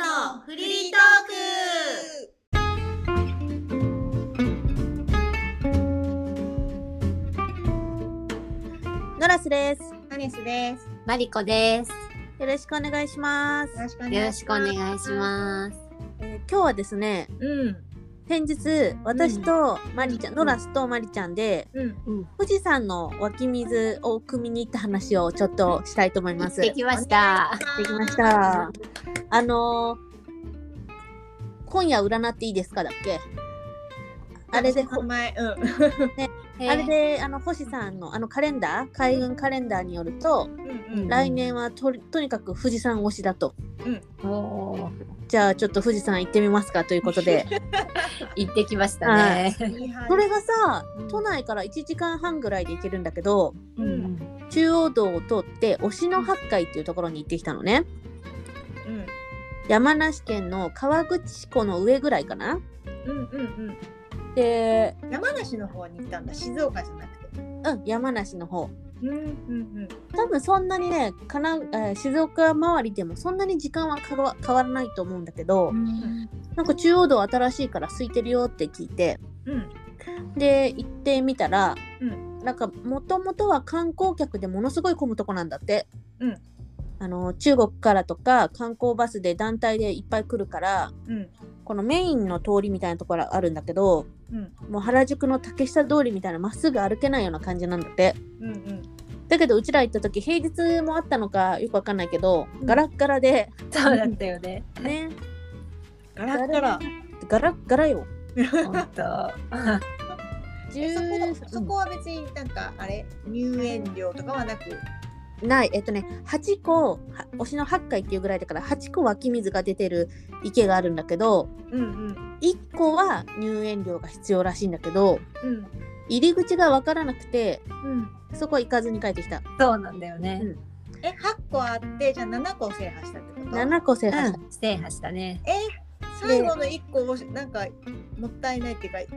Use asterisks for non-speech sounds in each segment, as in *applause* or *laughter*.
のフリートークノラスです。カネスです。マリコです。よろしくお願いします。よろしくお願いします。よろしくお願いします。えー今日はですね、うん。先日私とマリちゃん、うんノラスとマリちゃんでうん。富士山の湧き水を汲みに行った話をちょっとしたいと思います。できました。行ってきました。あのー今夜占っていいですかだっけ？あれで、お前、うん。あれであの星さんのあのカレンダー、海軍カレンダーによると、うんうん。来年はとりとにかく富士山推しだと。おーじゃあちょっと富士山行ってみますかということで。行ってきましたね。いい話それがさ、うん都内から1時間半ぐらいで行けるんだけどう。うんん中央道を通って忍野八海っていうところに行ってきたのねうん。山梨県の川口湖の上ぐらいかなうんうんで、うん。山梨の方に行ったんだ。静岡じゃなくて。うん、山梨の方うんうん多分そんなにねかな、えー静岡周りでもそんなに時間は変わ変わらないと思うんだけどなんか中央道新しいから空いてるよって聞いてうん。うん。で行ってみたら、うんなんかもともとは観光客でものすごい混むとこなんだって、うんあの中国からとか観光バスで団体でいっぱい来るからうん。このメインの通りみたいなところあるんだけどうん。もう原宿の竹下通りみたいなまっすぐ歩けないような感じなんだってうんうん。だけどうちら行った時平日もあったのかよくわかんないけどうんガラッガラで、そうだったよね。ねガラッガラ。ガラッガラよ本当。 *laughs* えそ10こそこは別になんかあれ入園料とかはなく。ないえっとね8個は推しの8回っていうぐらいだから8個湧き水が出てる池があるんだけどうんうん1個は入園料が必要らしいんだけどうん入り口が分からなくてうん。そこは行かずに帰ってきたそうなんだよね。え八個あってじゃあ七個を制覇したってこと。 7個制う覇した、ん。制覇したね。え最後の一個をなんかもったいないっていうか。行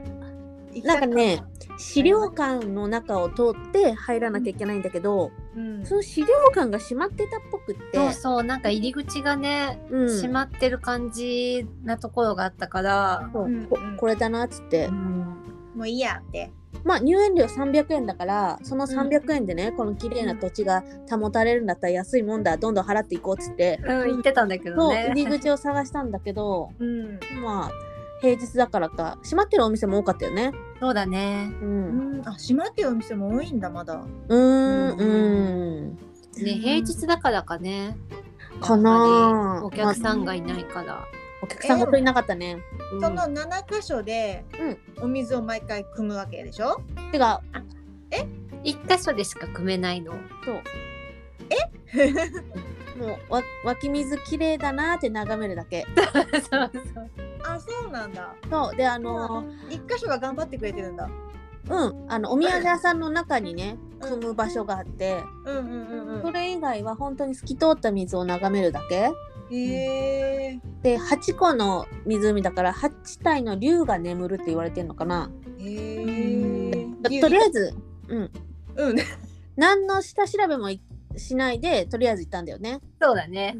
きたかなんかったね資料館の中を通って入らなきゃいけないんだけど、うんその資料館が閉まってたっぽくってそうそうなんか入り口がねうん閉まってる感じなところがあったから。そううんこうんこれだなっつって、うんもういいやって。まあ入園料300円だからその300円でね、この綺麗な土地が保たれるんだったら安いもんだどんどん払っていこうっつってうん言ってたんだけどそうね入。り口を探したんだけどうん。まあ平日だからか閉まってるお店も多かったよねそうだね。うんうん、あ、閉まってるお店も多いんだ、まだ。うーんううんねうん平日だからかね。かなお客さんがいないから。お客さん本当にいなかったねうんその7箇所で、お水を毎回汲むわけでしょてか一箇所でしか組めないの。 *laughs* そうもうわ湧き水きれいだなーって眺めるだけそうそう。あ、そうなんだ。そうであの1箇所が頑張ってくれてるんだ。うんあのお土産屋さんの中にね組む場所があってうんうんうんうそん。れ以外は本当に透き通った水を眺めるだけへえで8個の湖だから8体の竜が眠るって言われてんのかなー。へえとー。とりあえずうん。何の下調べもいしないでとりあえず行ったんだよねそうだね。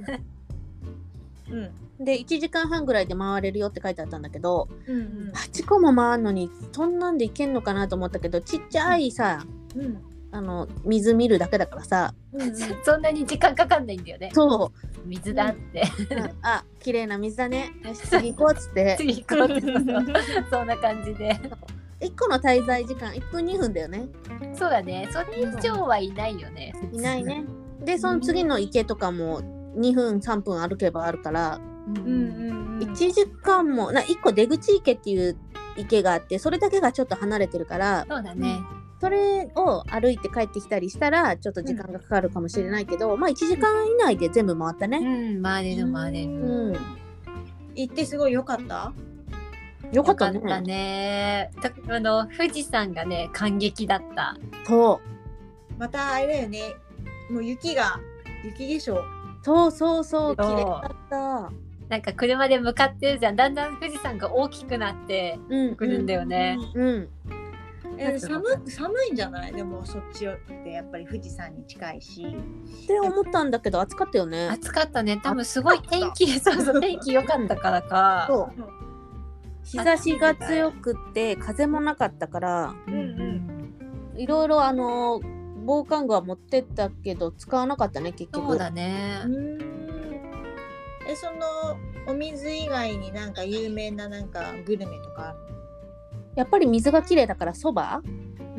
うん。で1時間半ぐらいで回れるよって書いてあったんだけどうん8個も回るのにそんなんでいけんのかなと思ったけどちっちゃいさうん。うん。あの水見るだけだからさうんそんなに時間かかんないんだよね。そ水だって。う、うんあ綺麗な水だねよし次行こうっつって次行こうって *laughs* そうそんな感じで。 1個の滞在時間1分2分だよねそうだね。それ以上はいないよね。いない。ねでその次の池とかも2分3分歩けばあるからうんうんうん。 1時間もな1個出口池っていう池があってそれだけがちょっと離れてるからそうだね。それを歩いて帰ってきたりしたらちょっと時間がかかるかもしれないけど、まあ1時間以内で全部回ったうね、ん、回れる回れる。うん行ってすごい良かったよかよかったっねたね。たあの富士山がね感激だった。そうまたあれだよね。もう雪が、雪化粧。そうそうそう綺そう麗だったなんか車で向かってるじゃん。だんだん富士山が大きくなってうんくるんだよね。うんえー寒寒いんじゃないでもそっちってやっぱり富士山に近いしって思ったんだけど暑かったよね暑かったね多分すごい天気そうそう天気良かったからかそう日差しが強くって風もなかったからうんうんいろいろあの防寒具は持ってったけど使わなかったね結局そうだねうーんえそのお水以外になんか有名ななんかグルメとかやっぱり水がきれいだからそば、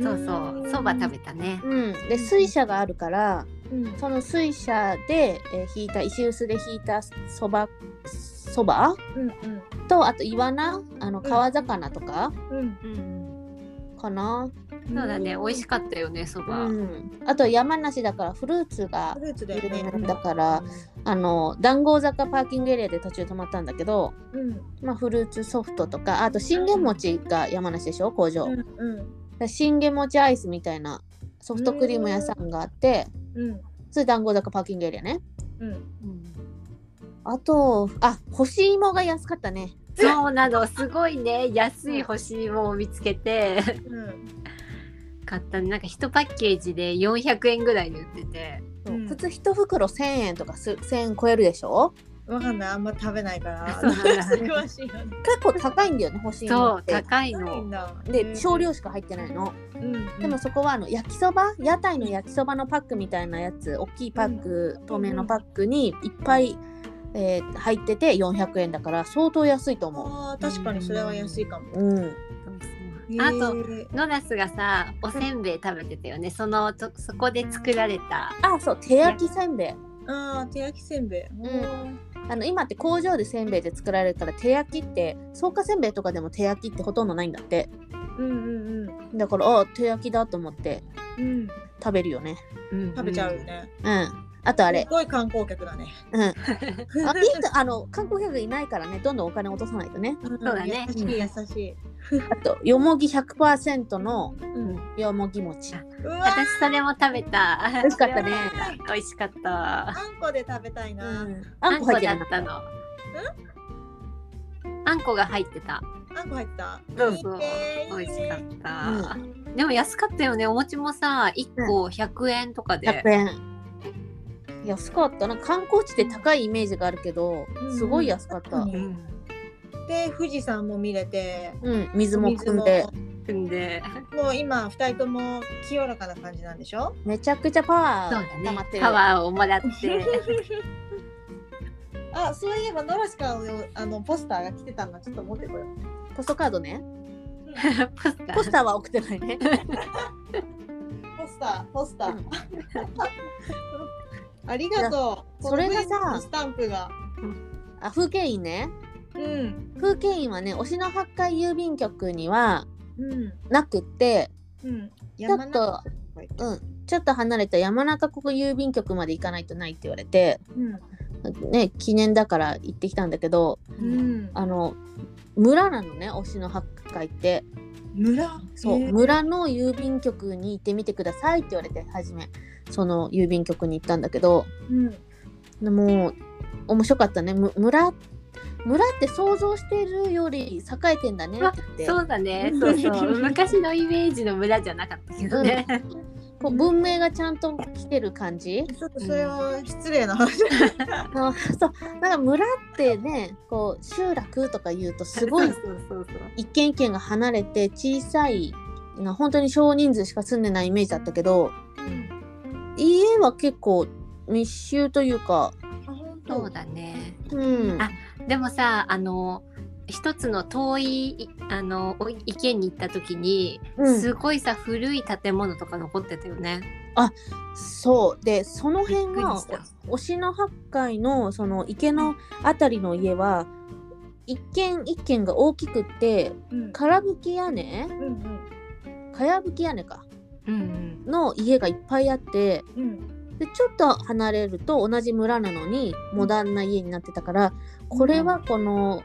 そうそうそば食べたねうん、で水車があるからうんその水車で、えー引いた石臼で引いたそばそばうんとあとイワナあの川魚とかうんうんかな、うんそうだね美味しかったよねそうば、ん、あと山梨だからフルーツがフルーツだよ有ね名だからあの談合坂パーキングエリアで途中止まったんだけど、うんまあ、フルーツソフトとかあと信玄餅が山梨でしょ工場、うんだ信玄餅アイスみたいなソフトクリーム屋さんがあってうんそれ談合坂パーキングエリアねうんうんあとあ干し芋が安かったねそうなのすごい *laughs* ね安い干し芋を見つけてうん買ったねなんか1パッケージで400円ぐらいで売っててうん普通一袋1,000円とかす1,000円超えるでしょわかんないあんま食べないからそうなんだ詳しいよね結構高いんだよね干し芋そっうて高いないんのだで少量しか入ってないの、うんでもそこはあの焼きそば屋台の焼きそばのパックみたいなやつ大きいパック、透明のパックにいっぱい、えー入ってて400円だから相当安いと思あー確かにそれは安いかもううんあとへノラスがさおせんべい食べてたよねそのとそこで作られたあそう手焼きせんべいーあー手焼きせんべいんあの今って工場でせんべいで作られるから手焼きって草加せんべいとかでも手焼きってほとんどないんだってうんうんうんだからあ手焼きだと思ってうん食べるよね食べちゃうよねねうんあとあれすごい観光客だね *laughs* うんあいいとあの観光客いないからねどんどんお金落とさないとねそうだね優しい優しいあとよもぎ100%のうんよもぎ餅うわー私それも食べた美味しかったね美味しかったあんこで食べたいうな、んああんんここ入ってだるったのあんこが入ってたあんこ入ったそうそういいね美味しかっいいねた、でも安かったよねお餅もさ1個100円とかで100円安かったな観光地って高いイメージがあるけどうんすごい安かったうんで富士山も見れてうん水も汲んでうんんで水ももう今二人とも清らかな感じなんでしょめちゃくちゃパそうだワー溜まっねてるパワーをもらって *laughs* あそういえばノラシからのあのポスターが来てたのちょっと持ってこようポストカードねポスタポースターは送ってないねポスターポスター、うん *laughs* ありがとうそれがさこの上にスタンプがあ風景印ねうん風景印はね推野八海郵便局にはうんなくってうんちょ山っと中湖行ったうんちょっと離れた山中湖郵便局まで行かないとないって言われて、うんね、記念だから行ってきたんだけどうんあの村なのね推野八海って村そう、えー村の郵便局に行ってみてくださいって言われて初めその郵便局に行ったんだけどうんでも面白かったねむ村村って想像してるより栄えてんだねって言ってそうだねそうそう昔のイメージの村じゃなかったけどね、こう文明がちゃんと来てる感じちょっとそれは失礼な話だけどあそうなんか村ってねこう集落とか言うとすごいそうそうそう一軒一軒が離れて小さいな本当に少人数しか住んでないイメージだったけど家は結構密集というか、あ本当そうだねうん、あでもさあの一つの遠いいあのお池に行った時に、うんすごいさ古い建物とか残ってたよね。そうでその辺びっくりはした推野八海のその池の辺りの家は一軒一軒が大きくってうんからぶき屋根うんかやぶき屋根かうんの家がいっぱいあってうんうんでちょっと離れると同じ村なのにモダンな家になってたからこれはこの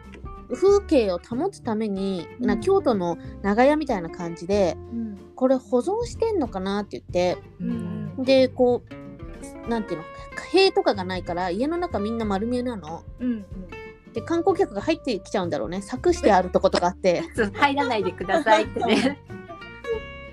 風景を保つためにうんな京都の長屋みたいな感じでうんこれ保存してんのかなって言ってうんうんでこうなんていうの塀とかがないから家の中みんな丸見えなの。うんで観光客が入ってきちゃうんだろうね柵してあるとことかあってそう入らないでくださいってね。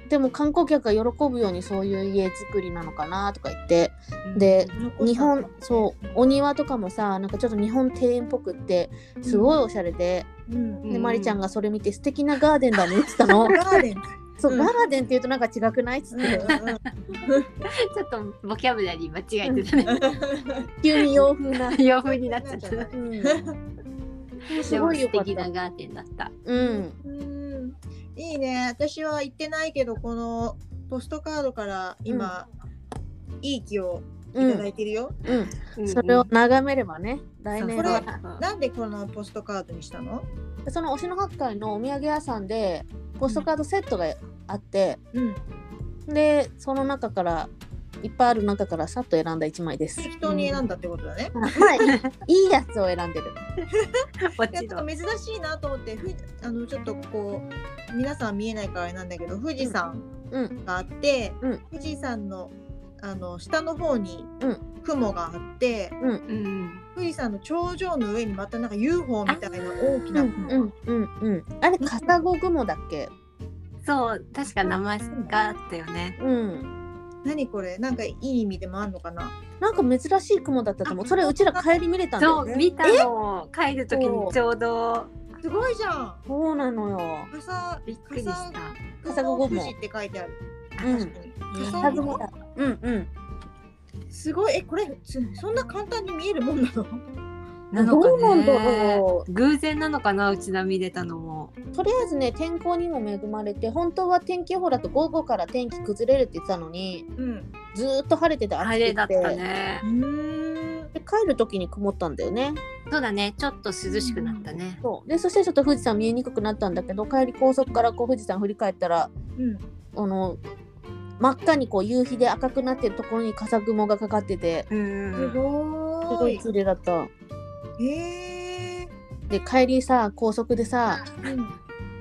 でも観光客が喜ぶようにそういう家作りなのかなとか言ってで日本そうお庭とかもさなんかちょっと日本庭園っぽくってすごいおしゃれで、う、うん、でうんまりちゃんがそれ見て素敵なガーデンだねって言ってた *laughs* のガーデンそう、うんガーデンって言うとなんか違くないっつって、 *laughs* ちょっとボキャブラリー間違えてたね。急に洋風な *laughs* 洋風になっちゃった。うん *laughs* すでごもいよ素かっ敵なたガーデンだった。うんうんいいね私は行ってないけどこのポストカードから今、いい気をいうんただいてるよ、うんうんそれを眺めればね来そう年これはそうなんでこのポストカードにしたのその推しの八海のお土産屋さんでポストカードセットがあって、うんでその中からいっぱいある中からさっと選んだ1 *laughs* 枚です。適当に選んだってことだね、はい、いいやつを選んでる。もいやちろなんん。か珍しいなと思ってふあのちょっとこう皆さん見えないからあれなんだけど富士山うんがあって、うん富士山のあの下の方にうん雲があって、うん。富士山の頂上の上にまたなんか UFO みたいな大きうな雲んが、うんうんうん。あれカサゴ雲だっけ？そう、確か名前があったよね。うん。何これなんかいい意味でもあるのかななんか珍しい雲だったと思う。それうちら帰り見れたんだそよう、ね。見たのを帰る時にちょうどすごいじゃんそうなのよ。傘びっくりした。傘笠雲雲富士って書いてあるうん。笠カサ雲ゴだ。うんうん。すごいえこれそそんな簡単に見えるもんなのなのかねどうなんだろ偶然なのかなうちら見れたのもとりあえずね天候にも恵まれて本当は天気予報だと午後から天気崩れるって言ってたのにうんずーっと晴れてて晴れ暑くてだったねうーんで帰る時に曇ったんだよね。そうだねちょっと涼しくなったねそうでそしてちょっと富士山見えにくくなったんだけど帰り高速からこう富士山振り返ったらうんあの真っ赤にこう夕日で赤くなってるところに笠雲がかかっててうすんごすごーいい綺麗だった。へえで帰りさ高速でさ、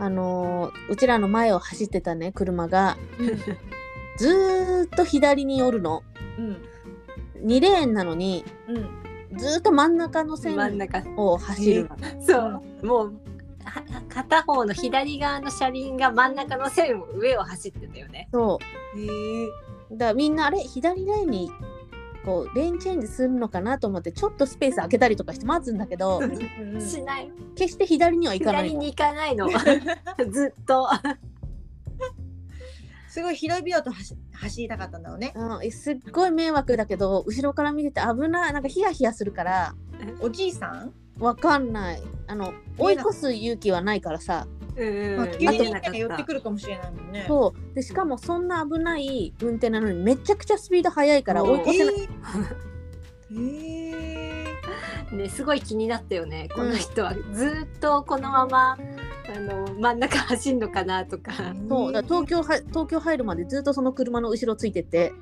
あのーうちらの前を走ってたね車がずーっと左に寄るのうん2レーンなのにうんずーっと真ん中の線真ん中を走るの。そうもうは片方の左側の車輪が真ん中の線を上を走ってたよねそうへえだからみんなあれ左レーンにこうレーンチェンジするのかなと思ってちょっとスペース空けたりとかして待つんだけどうんうんしない決して左には行かない左のに行かないのずっとすごい広々と走走りたかったんだろうねうんえ、すっごい迷惑だけど後ろから見てて危ないなんかヒヤヒヤするからおじいさんわかんないあの追い越す勇気はないからさうんまあ、急にね見れ寄なっかてっくるかもしれないもんねそうでしかもそんな危ない運転なのにめちゃくちゃスピード速いから追い越せない、えー、えーたねすごい気になったよねこの人はずっとこのままあの真ん中走るのかなとかそうだから東京は東京入るまでずっとその車の後ろついてって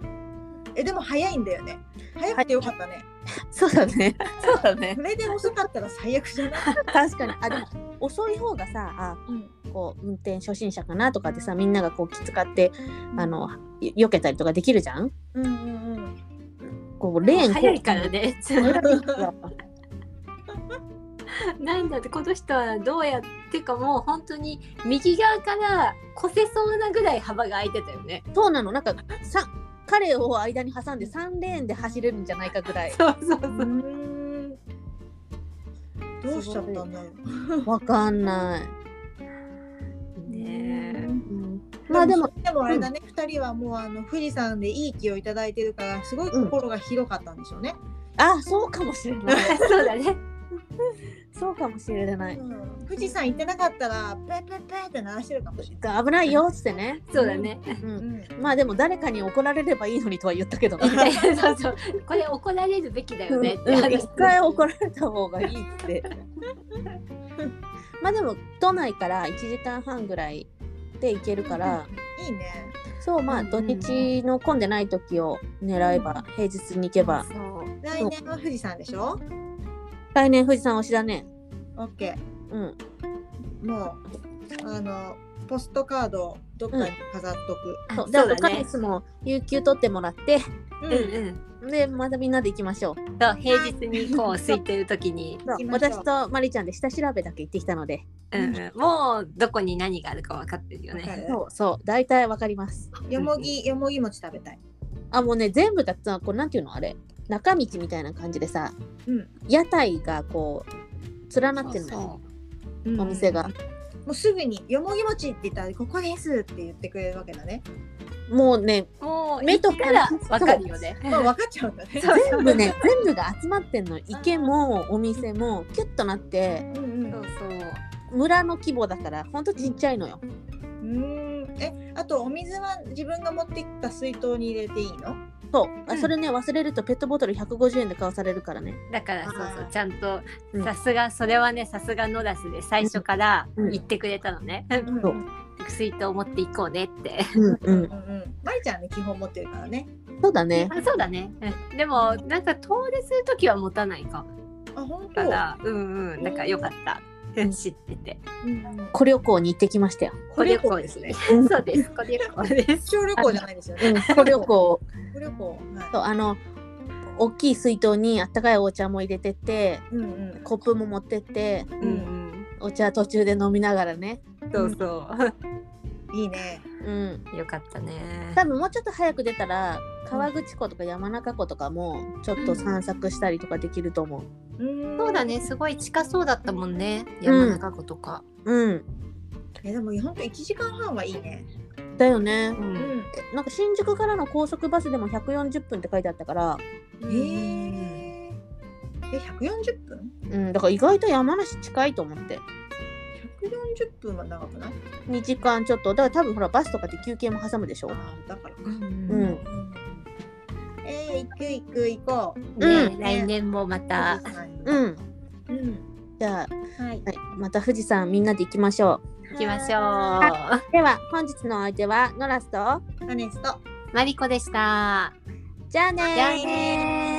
えでも早いんだよね早くてよかったね *laughs* そうだねそうだ *laughs* ねこれで遅かったら最悪じゃない、確かにあでも遅い方がさあこう運転初心者かなとかってさみんながこう気遣って *laughs* あのよ避けたりとかできるじゃんうんうんう *laughs* んこうレーン早いからね *laughs* こうなんだってこの人はどうやってかもう本当に右側から越せそうなぐらい幅が空いてたよね。 *laughs* そうなのなんかさ彼を間に挟んで3レーンで走れるんじゃないかぐらいそうそうそうう。んどうしちゃったんだろうわかんない、ねまあでもそれでもあれだね、二人はもうあの富士山でいい気をいただいてるからすごい心が広かったんでしょうね、あそうかもしれえないそう *laughs* だね。そうかもしれないうん富士山行ってなかったらペーペーペーって鳴らしてるかもしれない、危ないよっつってね、そうだね。う、うんん、まあでも誰かに怒られればいいのにとは言ったけどねそうそう。これ怒られるべきだよねってうん話一回怒られた方がいいって *laughs* まあでも都内から1時間半ぐらいで行けるから、いいねそうまあうんうんう土ん日の混んでない時を狙えば、平日に行けばそう来年は富士山でしょ来年富士山推しだねオッケうんーもうあのポストカードをどっかに飾っとく。あそうそでうあだとねカラスも有給取ってもらってううんんうん。でまたみんなで行きましょうそう平日にこう空いてる時に、そう行きましょう私とまりちゃんで下調べだけ行ってきたのでうんうん、もうどこに何があるか分かってるよね。わかそうそう大体わかりまするよもぎ、よもぎ餅食べたい。あもうね全部だったこうなんていうのあれ中道みたいな感じでさうん。屋台がこう連なってるのよそううんお店が。もうすぐに、よもぎ餅って言ったら、ここですって言ってくれるわけだね。もうねもう目目ととかから分かるよね。もう分かっちゃうんだね。 *laughs* 全部ね全部が集まってんの池もお店もキュッとなってうんうんそうそう。村の規模だからほんとちっちゃいのようーんえあとお水は自分が持ってきた水筒に入れていいのそうあうんそれね忘れるとペットボトル150円で買わされるからねだからそうあそーうちゃんとうんさすがそれはねさすがノラスで最初からうん言ってくれたのね、そう水筒持っていこうねってうんううんうんんうんまりちゃんね基本持ってるからねそうだねあそうだねうんでもなんか遠出する時は持たないかあ本当か、らうんうんだからよかったうん知っててうん、小旅行に行ってきましたよ小旅行ですねうんそうです小旅行です小旅行じゃないですよねうん小旅行 *laughs* 小旅行とはあの大きい水筒にあったかいお茶も入れてっていうんうんコップも持ってってうんお茶途中で飲みながらねうんそうそいいねうんうよかったね多分もうちょっと早く出たら川口湖とか山中湖とかもちょっと散策したりとかできると思ううーんそうだねすごい近そうだったもんね山中湖とか、うん、えでも本当1時間半はいいねだよねううんんなんか新宿からの高速バスでも140分って書いてあったから、えー、え140分うん、だから意外と山梨近いと思って140分は長くない2時間ちょっとだから多分ほらバスとかって休憩も挟むでしょあーだからかうんうねんえー、行く行く行こううん来年もまたううんうんじゃあ、はいはい、また富士山みんなで行きましょ行きましはょううでは本日のお相手はノラスといアネストマリコでした。じゃあねーじゃあねー